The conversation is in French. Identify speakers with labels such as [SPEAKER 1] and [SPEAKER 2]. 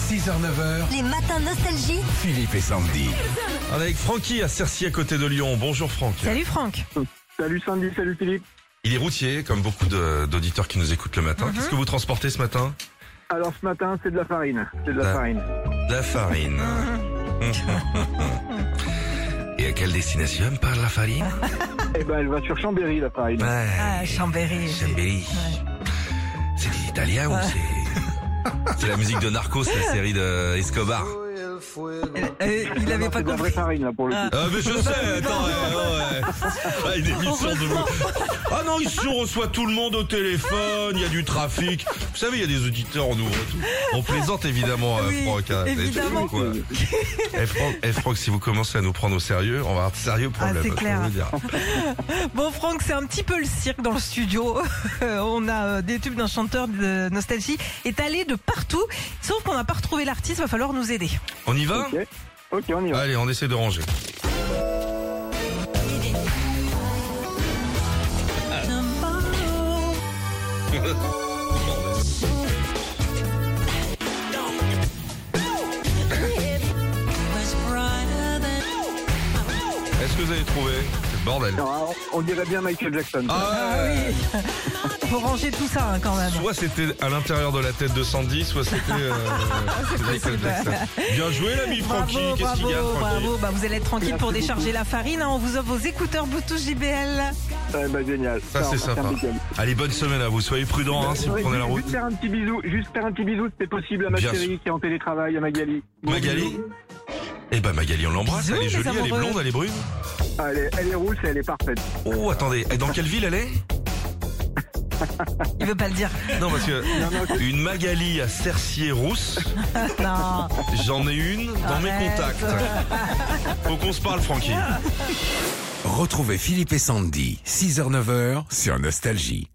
[SPEAKER 1] 6h-9h,
[SPEAKER 2] Les matins nostalgie.
[SPEAKER 1] Philippe et Sandy.
[SPEAKER 3] On est avec Francky à Cercy à côté de Lyon. Bonjour Franck.
[SPEAKER 4] Salut Franck.
[SPEAKER 5] Salut Sandy, salut Philippe.
[SPEAKER 3] Il est routier, comme beaucoup de- d'auditeurs qui nous écoutent le matin. Qu'est-ce que vous transportez ce matin
[SPEAKER 5] Alors ce matin, c'est de la farine. C'est de la
[SPEAKER 3] Ah.
[SPEAKER 5] farine.
[SPEAKER 3] De la farine. Et à quelle destination parle la farine
[SPEAKER 5] Eh ben, elle va sur Chambéry, la farine.
[SPEAKER 3] Ouais,
[SPEAKER 4] Ah, Chambéry.
[SPEAKER 3] Chambéry. C'est des Italiens ou c'est... C'est la musique de Narcos, la série de Escobar.
[SPEAKER 4] Euh, euh, il avait
[SPEAKER 5] Non,
[SPEAKER 4] pas
[SPEAKER 5] c'est de la vraie
[SPEAKER 4] compris.
[SPEAKER 5] farine, là, pour le
[SPEAKER 4] Ah.
[SPEAKER 5] coup.
[SPEAKER 3] Ah mais je sais, attends, ouais, ouais. Ah, une émission de vous. Ah non, ici on reçoit tout le monde au téléphone, il y a du trafic. Vous savez, il y a des auditeurs, on ouvre tout. On plaisante évidemment, euh,
[SPEAKER 4] Oui,
[SPEAKER 3] Franck. hein. Mais tu sais
[SPEAKER 4] évidemment.
[SPEAKER 3] quoi. Eh Franck, eh, Franck, si vous commencez à nous prendre au sérieux, on va avoir de sérieux problèmes.
[SPEAKER 4] Ah,
[SPEAKER 3] hein,
[SPEAKER 4] c'est
[SPEAKER 3] je peux
[SPEAKER 4] clair.
[SPEAKER 3] vous dire.
[SPEAKER 4] Bon Franck, c'est un petit peu le cirque dans le studio. On a euh, des tubes d'un chanteur de nostalgie étalés de partout. Sauf qu'on n'a pas retrouvé l'artiste, va falloir nous aider.
[SPEAKER 3] On y va
[SPEAKER 5] Ok. Ok, on y va.
[SPEAKER 3] Allez, on essaie de ranger. Est-ce que vous avez trouvé C'est le bordel.
[SPEAKER 5] Non, alors, Ah, on dirait bien Michael Jackson.
[SPEAKER 3] Ah,
[SPEAKER 4] Faut ranger tout ça hein, quand même.
[SPEAKER 3] Soit c'était à l'intérieur de la tête de Sandy, soit c'était
[SPEAKER 4] Ah,
[SPEAKER 3] euh, c'était Michael Jackson. Bien joué l'ami Francky,
[SPEAKER 4] Bravo,
[SPEAKER 3] qu'est-ce qu'il
[SPEAKER 4] bravo,
[SPEAKER 3] gagne Francky
[SPEAKER 4] bravo. Bah, vous allez être tranquille pour décharger la farine. hein. On vous offre vos écouteurs Bluetooth JBL.
[SPEAKER 5] Eh ben, génial.
[SPEAKER 3] Ah. Ça c'est
[SPEAKER 5] c'est
[SPEAKER 3] sympa.
[SPEAKER 5] impeccable.
[SPEAKER 3] Allez, bonne semaine à vous, soyez prudents hein, si vous
[SPEAKER 5] Ouais,
[SPEAKER 3] prenez la
[SPEAKER 5] juste
[SPEAKER 3] route.
[SPEAKER 5] faire un petit bisou, juste faire un petit bisou, c'est possible à ma
[SPEAKER 3] Bien
[SPEAKER 5] chérie qui est en télétravail, à Magali. Bon
[SPEAKER 3] Magali
[SPEAKER 5] bisou.
[SPEAKER 3] Eh ben Magali, on l'embrasse,
[SPEAKER 4] Bisous,
[SPEAKER 3] elle est
[SPEAKER 4] les
[SPEAKER 3] jolie, elle est
[SPEAKER 4] amoureux.
[SPEAKER 3] blonde, elle est brune.
[SPEAKER 5] Ah, Elle est, elle est rousse et elle est parfaite.
[SPEAKER 3] Oh attendez, et dans quelle ville elle est
[SPEAKER 4] Il veut pas le dire.
[SPEAKER 3] Non parce que une Magali à Cercier rousse,
[SPEAKER 4] Non.
[SPEAKER 3] j'en ai une dans mes
[SPEAKER 4] Arrête.
[SPEAKER 3] contacts. Faut qu'on se parle Francky.
[SPEAKER 1] Retrouvez Philippe et Sandy, 6h-9h sur Nostalgie.